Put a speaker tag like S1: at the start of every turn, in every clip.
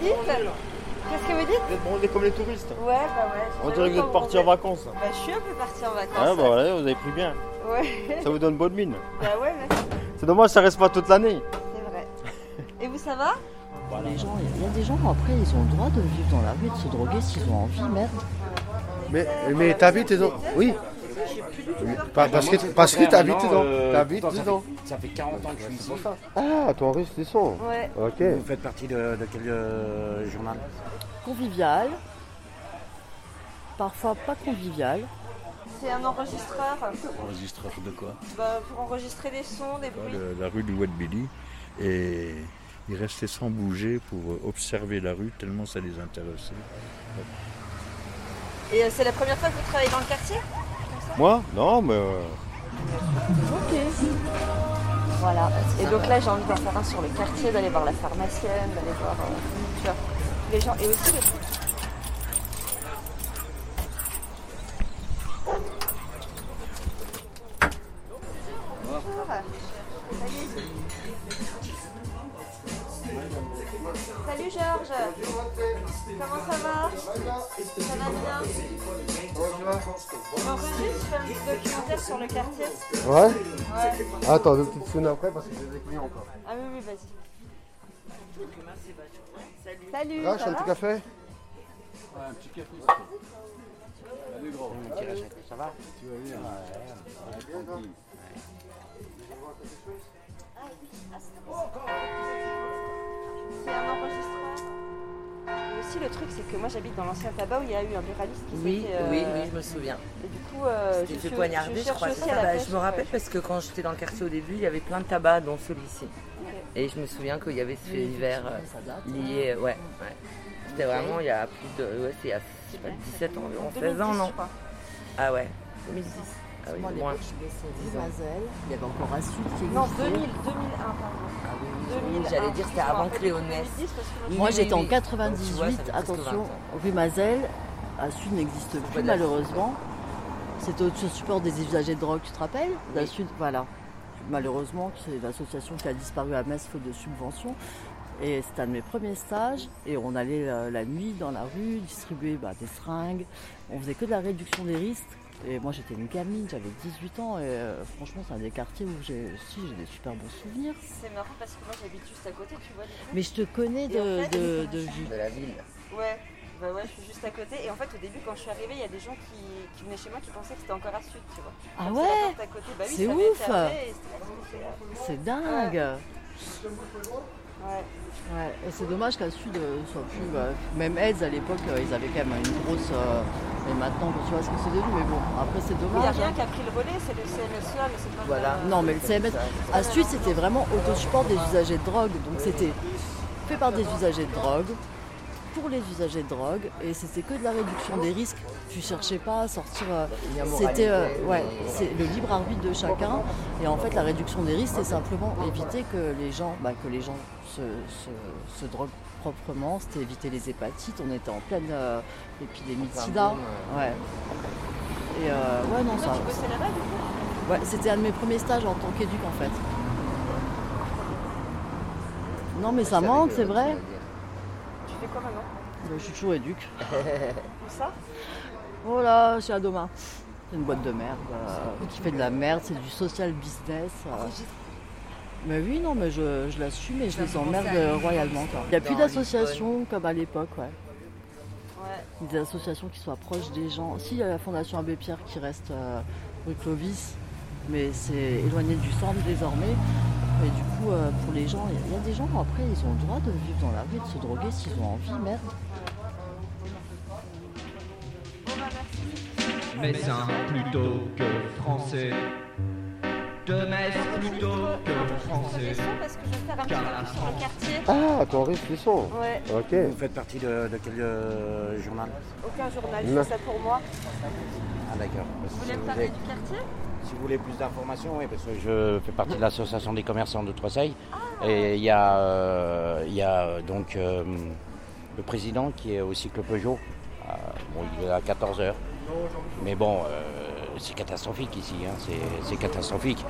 S1: Qu'est-ce que vous dites
S2: Vous êtes bronzés comme les touristes.
S1: Ouais, bah ouais. je
S2: On
S1: suis
S2: dirait que vous
S1: comme
S2: êtes partis en
S1: bronzée.
S2: vacances.
S1: Bah, je suis un peu partie en vacances.
S2: Ah bah voilà, vous avez pris bien.
S1: Ouais,
S2: Ça vous donne bonne mine.
S1: bah ouais, mais
S2: C'est dommage, ça reste pas toute l'année.
S1: c'est vrai. Et vous, ça va
S2: Voilà.
S3: Les gens, il y a des gens, après, ils ont le droit de vivre dans la rue, de se droguer s'ils ont envie, merde.
S4: Mais, mais t'habites dedans Oui. Pa- Parce que, parce que t'habites dedans. T'habites dedans.
S5: euh, Ça fait 40 ans que je suis ici.
S4: Ah, toi, russe, c'est son.
S1: Ouais.
S4: Ok.
S5: Vous faites partie de, de quel euh, journal
S3: Convivial, parfois pas convivial.
S1: C'est un enregistreur
S5: Enregistreur de quoi
S1: bah, pour enregistrer des sons, des bruits.
S6: Le- la rue du Wadbili et ils restaient sans bouger pour observer la rue tellement ça les intéressait.
S1: Et euh, c'est la première fois que vous travaillez dans le quartier
S2: Moi Non, mais. euh,
S1: Ok. Voilà. Et donc là, j'ai envie d'en faire un sur le quartier, d'aller voir la pharmacienne, d'aller voir euh, tu vois, les gens. Et aussi, le- Salut Georges Comment ça va Ça va bien On enregistre, je fais un petit documentaire sur le quartier.
S4: Ouais
S1: Ouais.
S4: Attends, deux petites secondes après parce que j'ai des clients encore.
S1: Ah oui, oui, vas-y. Salut.
S4: Rach,
S1: ça
S4: un
S1: va
S4: petit café
S1: C'est un enregistrement. Et aussi, le truc, c'est que moi, j'habite dans l'ancien tabac où il y a eu un buraliste qui
S7: Oui,
S1: s'est fait, euh,
S7: oui, oui, je me souviens.
S1: Et du coup, euh,
S7: J'ai
S1: suis-
S7: fait poignarder, je
S1: cherche
S7: crois.
S1: aussi
S7: c'est
S1: à
S7: ça.
S1: la
S7: Bah,
S1: pêche,
S7: je me rappelle
S1: ouais.
S7: parce que quand j'étais dans le quartier au début, il y avait plein de tabacs, dont celui-ci. Et je me souviens qu'il y avait ce fait d'hiver euh, lié. euh, Ouais, ouais. C'était vraiment il y a plus de. Ouais, c'est il y a je sais pas, 17 ans environ, 16 ans,
S1: 2010,
S7: non
S1: je crois.
S7: Ah ouais, 2010. Ah oui,
S3: Moi, à l'époque,
S7: moins.
S3: je baissais Mazel, il y avait encore un sud qui
S1: Non,
S3: existait.
S1: 2000, 2001, pardon.
S7: Ah oui, oui, oui,
S1: 2001,
S7: J'allais dire c'était
S1: je me
S7: avant
S1: rappelle,
S7: Cléonès.
S1: 2010, parce que
S7: Oui,
S3: Moi,
S7: oui,
S3: j'étais
S7: oui.
S3: en
S7: Donc, tu vois, ça
S3: 98,
S7: fait presque 20
S3: attention,
S7: ans.
S3: rue Mazel, à Sud n'existe
S7: pas
S3: plus
S7: de la-
S3: malheureusement. C'était au au support des usagers de drogue, tu te rappelles La
S7: Oui.
S3: Sud, voilà. Malheureusement, c'est l'association qui a disparu à Metz faute de subventions. Et c'était un de mes premiers stages. Et on allait euh, la nuit dans la rue, distribuer bah, des seringues. On faisait que de la réduction des risques. Et moi, j'étais une gamine, j'avais 18 ans. Et euh, franchement, c'est un des quartiers où j'ai si, j'ai des super bons souvenirs.
S1: C'est marrant parce que moi, j'habite juste à côté, tu vois. du coup.
S3: Mais je te connais
S1: Et en
S3: de,
S1: fait,
S3: de, de vue.
S7: De la ville.
S1: Ouais, bah ouais, je suis juste à côté. Et en fait, au début, quand je suis arrivée, il y a des gens qui, qui venaient chez moi qui pensaient que c'était encore à Sud, tu vois.
S3: Ah
S1: Comme
S3: ouais
S1: c'est la porte à côté. Bah oui,
S3: C'est
S1: ça avait été
S3: ouf
S1: arrêté et c'était parce que c'est là.
S3: C'est dingue
S1: Ouais.
S3: Ouais, et c'est dommage qu'à Sud euh, soit plus. bah, même Aids à l'époque, euh, ils avaient quand même une grosse. euh, mais maintenant, tu vois ce que c'est devenu, mais bon, après c'est
S1: Il n'y a
S3: dommage.
S1: rien
S3: hein.
S1: qui a pris le relais, c'est le CMSA, mais c'est pas
S7: Voilà.
S1: le-
S3: Non, mais le CMS. À Sud, c'était vraiment autosupport des usagers de drogue, donc c'était fait par des usagers de drogue, pour les usagers de drogue, et c'était que de la réduction des risques. Tu cherchais pas à sortir. euh,
S7: Il y a
S3: C'était
S7: moralité,
S3: euh,
S7: mais-
S3: ouais, c'est le libre arbitre de chacun et en fait la réduction des risques c'est simplement éviter que les gens bah, que les gens se, se- se droguent proprement, c'était éviter les hépatites, on était en pleine euh, épidémie de sida. Ouais. Et euh, ouais non
S1: Toi,
S3: ça.
S1: tu bossais là-bas, du coup
S3: Ouais, c'était un de mes premiers stages en tant qu'éduc en fait. Non mais ça manque, c'est vrai.
S1: Tu fais quoi maintenant
S3: Je suis toujours éduc.
S1: Où ça
S3: Voilà, chez Adoma. C'est une boîte de merde euh, qui fait de la merde, c'est du social business. euh. Mais oui, non, mais je, je l'assume et je les emmerde euh, royalement. quoi. Il n'y a plus
S7: Dans
S3: d'associations comme à l'époque, ouais.
S1: Ouais.
S3: Des associations qui soient proches des gens. Si, il y a la Fondation Abbé Pierre qui reste euh, rue Clovis, mais c'est éloigné du centre désormais. Et du coup, euh, pour les gens, il y a- il y, a des gens, après, ils ont le droit de vivre dans la rue, de se droguer s'ils ont envie, merde.
S8: Messin plutôt que français. De Metz plutôt que
S1: Je
S8: français.
S1: fais ça parce que je vais faire un petit
S8: Car-
S1: truc sur le quartier.
S4: Ah, toi, russe, c'est son.
S1: Ouais,
S4: Ok.
S5: Vous faites partie de, de quel euh, journal
S1: aucun journal,
S4: Non.
S1: c'est ça pour moi.
S5: Ah d'accord.
S1: Vous
S5: Si
S1: voulez me
S5: vous
S1: parler
S5: avez-
S1: du quartier
S5: si vous voulez plus d'informations, oui, parce que je fais partie de l'association des commerçants de Troisseille. Et il y a, euh, il y a euh, donc euh, le président qui est au cycle Peugeot. Ah, bon, il est à euh, 14h. Mais bon, euh, c'est catastrophique ici, hein, c'est- c'est catastrophique.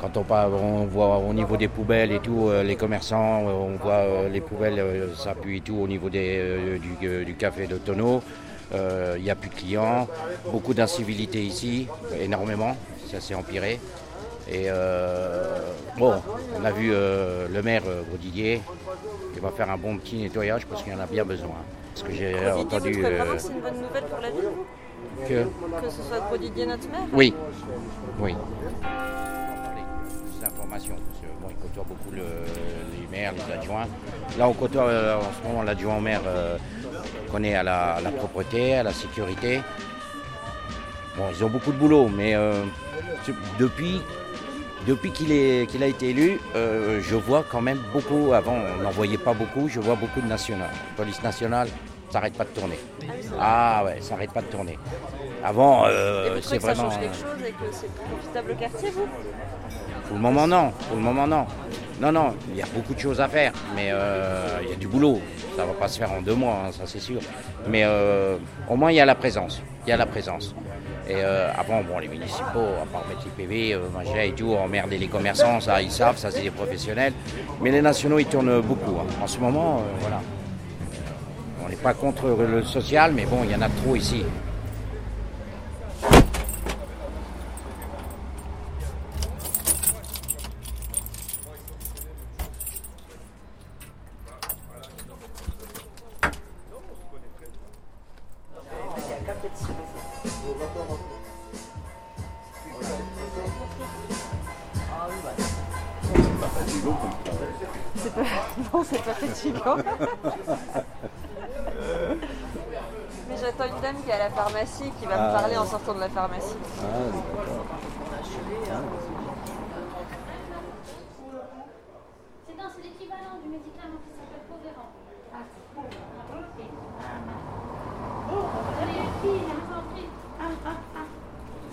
S5: Quand on, parle, on voit au niveau des poubelles et tout, euh, les commerçants, euh, on voit euh, les poubelles euh, s'appuient et tout au niveau des, euh, du, euh, du café de tonneau. Euh, Il n'y a plus de clients. Beaucoup d'incivilité ici, énormément. Ça s'est empiré. Et euh, bon, on a vu euh, le maire euh, Grosdidier. Il va faire un bon petit nettoyage parce qu'il en a bien besoin. Parce que j'ai
S1: Vous
S5: entendu
S1: trouvez vraiment
S5: euh,
S1: que c'est une bonne nouvelle pour la ville
S5: que.
S1: que ce soit Brodidier notre maire
S5: Oui. Oui. Des informations, parce que bon, il côtoie beaucoup le, les maires, les adjoints. Là, on côtoie euh, en ce moment l'adjoint au maire euh, qu'on est à la, à la propreté, à la sécurité. Bon, ils ont beaucoup de boulot, mais euh, c'est- depuis, depuis qu'il est- qu'il a été élu, euh, je vois quand même beaucoup, avant on n'en voyait pas beaucoup, je vois beaucoup de nationales. La police nationale, ça n'arrête pas de tourner. Ah ouais, ça n'arrête pas de tourner. Avant,
S1: Et vous
S5: euh,
S1: trouvez
S5: c'est
S1: que ça
S5: vraiment...
S1: change quelque chose et que c'est plus profitable au quartier, vous
S5: Pour le moment, non. Pour le moment, non. Non, non, il y a beaucoup de choses à faire, mais euh, il y a du boulot. Ça ne va pas se faire en deux mois, hein, ça c'est sûr. Mais euh, au moins, il y a la présence. Il y a la présence. Et euh, avant, bon, les municipaux, à part mettre les PV, euh, machin et tout, emmerder les commerçants, ça, ils savent, ça, c'est des professionnels. Mais les nationaux, ils tournent beaucoup. hein. En ce moment, euh, voilà. On n'est pas contre le social, mais bon, il y en a trop ici.
S1: C'est pas... Non, c'est pas fatigant. Mais j'attends une dame qui est à la pharmacie qui va me parler en sortant de la pharmacie.
S9: C'est non, c'est l'équivalent du médicament qui s'appelle Povéran. Ah, c'est
S10: Ah.
S9: Oh, hein,
S10: Ah,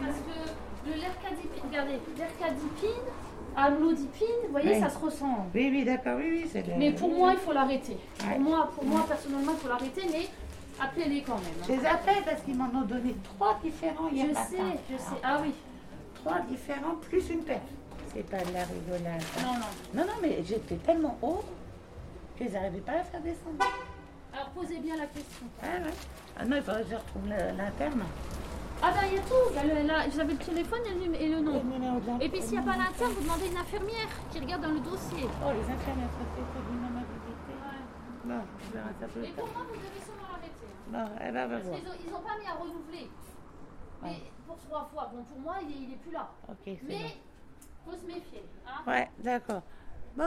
S9: Parce que le lercadipine, regardez, l'ercadipine, amlodipine, vous voyez, ça se ressemble.
S10: Oui, oui, d'accord, oui, oui, c'est de...
S9: Mais pour moi, il faut l'arrêter. Pour moi, pour moi, personnellement, il faut l'arrêter, mais appelez-les quand même. hein.
S10: Je les appelle parce qu'ils m'en ont donné trois différents
S9: Je
S10: hier matin.
S9: sais, je sais. Ah oui.
S10: Trois différents plus une paire. C'est pas de la rigolade. hein.
S9: Non, non.
S10: Non, non, mais j'étais tellement haut que je n'arrivais pas à faire descendre.
S9: Alors posez bien la question.
S10: Ah, ouais. ah non, il faudrait que je retrouve le- l'interne.
S9: Ah ben, il y a tout. Il y a le- là, J'avais le téléphone et le numé- et le nom.
S10: Le numéro de l'interne.
S9: Et puis s'il n'y a pas l'interne, vous demandez une infirmière qui regarde dans le dossier.
S10: Oh, les infirmières, ça fait que d'une mobilité. Bon, je verrai ça plus
S9: Mais
S10: tard.
S9: pour moi, vous devez sûrement l'arrêter. hein.
S10: Bon, elle va
S9: Parce
S10: voir.
S9: qu'ils ont- Ils n'ont pas mis à renouveler. Mais pour trois fois. Bon, pour moi, il n'est plus là.
S10: Ok, c'est
S9: Mais
S10: bon.
S9: faut se méfier. hein.
S10: Ouais, d'accord. Bon.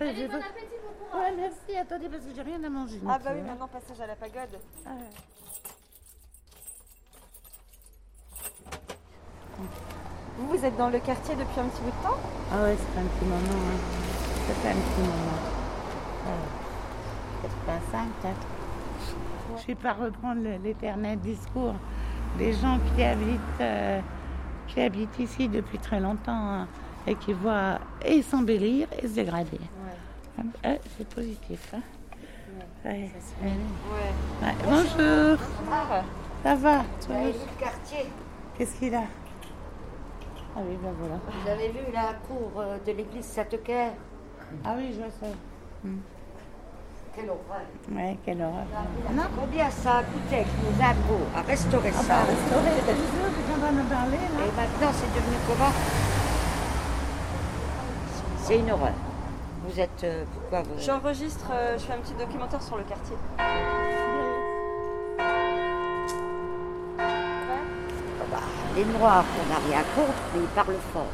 S10: Attends,
S9: Allez,
S10: j'ai
S9: bon
S10: pas-
S9: appétit, bon courage.
S10: Ouais, merci. Attendez, parce que j'ai rien à manger.
S1: Ah
S10: donc,
S1: bah oui,
S10: euh,
S1: maintenant passage à la pagode. Vous, vous êtes dans le quartier depuis un petit bout de temps
S10: Ah ouais, c'est un petit moment. Hein. C'est un petit moment. Ouais. 85, peut-être. Je ne vais pas reprendre le- l'éternel discours des gens qui habitent, euh, qui habitent ici depuis très longtemps hein, et qui voient et s'embellir et se dégrader. Ah, euh, c'est positif. hein. Ouais.
S1: Ouais.
S10: Ouais, Bonjour,
S1: Ah,
S10: ça va Qu'est-ce qu'il a Ah oui, ben voilà.
S11: Vous avez vu la cour euh, de l'église Sainte-Claire
S10: Ah oui, je vois ça.
S11: Quelle horreur
S10: Ouais, quelle horreur.
S11: Combien ça a coûté que nous impôts à restaurer ça Et maintenant, c'est devenu comment C'est une horreur. Vous êtes... euh, pourquoi vous...
S1: J'enregistre, euh, je fais un petit documentaire sur le quartier.
S11: Les Noirs, on n'a rien contre, mais ils parlent fort.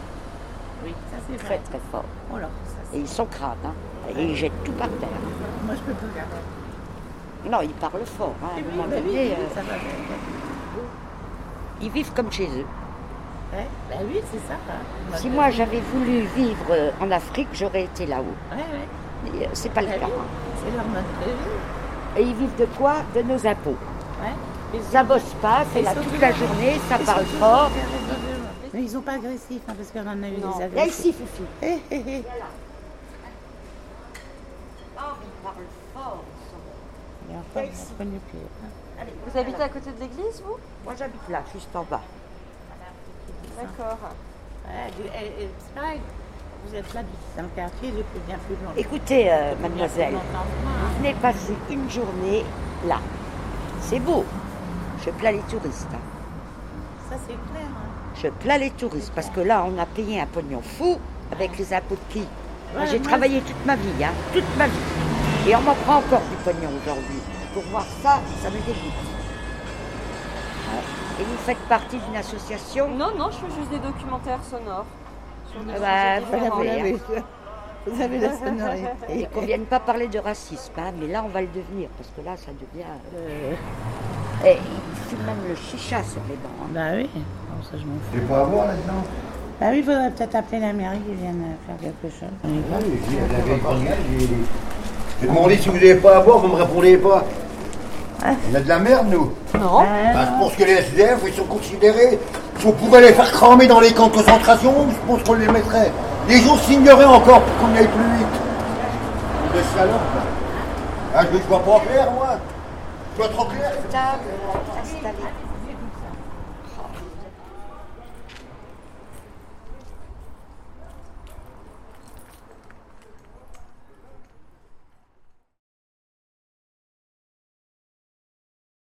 S10: Oui, ça c'est
S11: Très,
S10: vrai.
S11: très fort.
S10: Oh là, ça
S11: Et ils sont crades, hein. Et ils jettent tout par terre.
S10: c'est- Moi je peux pas regarder.
S11: Non, ils parlent fort, hein. À un
S10: Oui,
S11: moment
S10: bah oui,
S11: donné,
S10: oui,
S11: euh,
S10: ça va bien.
S11: ils vivent comme chez eux.
S10: Ouais, bah oui, c'est ça. hein.
S11: Si moi, j'avais voulu vivre euh, en Afrique, j'aurais été là-haut.
S10: Ouais, ouais, Bah
S11: Mais, euh, C'est pas le cas. hein.
S10: c'est leur mode de vie.
S11: Et ils vivent de quoi De nos impôts.
S10: Ouais.
S11: Ça bosse pas, c'est
S10: Ils
S11: là
S10: sont
S11: toute
S10: tous
S11: la
S10: là.
S11: journée, ça
S10: Ils
S11: parle
S10: sont toujours
S11: fort.
S10: derrière eux. Mais ils sont pas agressifs, hein, parce qu'on en a eu des
S11: Là
S10: agressifs.
S11: ici, Fifi.
S10: Hé, hé, hé.
S11: ils parlent fort.
S10: Il y a encore un connu pire.
S1: Vous habitez à côté de l'église, vous
S11: Moi j'habite là, juste en bas.
S1: D'accord.
S10: Voilà, du- et- et c'est pareil, vous êtes là dans le quartier depuis bien plus longtemps.
S11: Écoutez, euh,
S10: Depuis bien
S11: mademoiselle,
S10: plus longtemps que moi, hein.
S11: vous venez passer une journée là. C'est beau. Je plains les touristes. hein.
S10: Ça, c'est clair. hein.
S11: Je plains les touristes parce que là, on a payé un pognon fou avec les impôts de qui Moi,
S10: Ouais,
S11: J'ai
S10: moi,
S11: travaillé toute ma vie, hein, toute ma vie. Et on m'en prend encore du pognon aujourd'hui. Pour voir ça, ça me dégoûte. Ouais. Et vous faites partie d'une association
S1: Non, non, je fais juste des documentaires sonores. Sur des
S11: Ah bah,
S1: sujets
S11: vous
S1: différents.
S11: l'avez, hein.
S1: Vous avez la sonorité.
S11: Et qu'on ne vienne pas parler de racisme, hein, mais là on va le devenir, parce que là ça devient. euh, eh, il fume même le chicha sur les bancs. hein.
S10: Bah oui, bon, ça je m'en fous.
S11: Il peut avoir,
S10: là-dedans Bah oui, il faudrait peut-être appeler la mairie qui vienne euh, faire quelque chose.
S4: J'ai demandé si vous n'avez pas à boire, vous me répondez pas. On a de la merde, nous.
S1: Non.
S4: Bah, je pense que les SDF, ils sont considérés. Si on pouvait les faire cramer dans les camps de concentration, je pense qu'on les mettrait. Les gens s'ignoraient encore pour qu'on y aille plus vite. De salopes. là. Ah, je ne vois pas en clair, moi. Je vois trop clair.
S11: Installé, installé.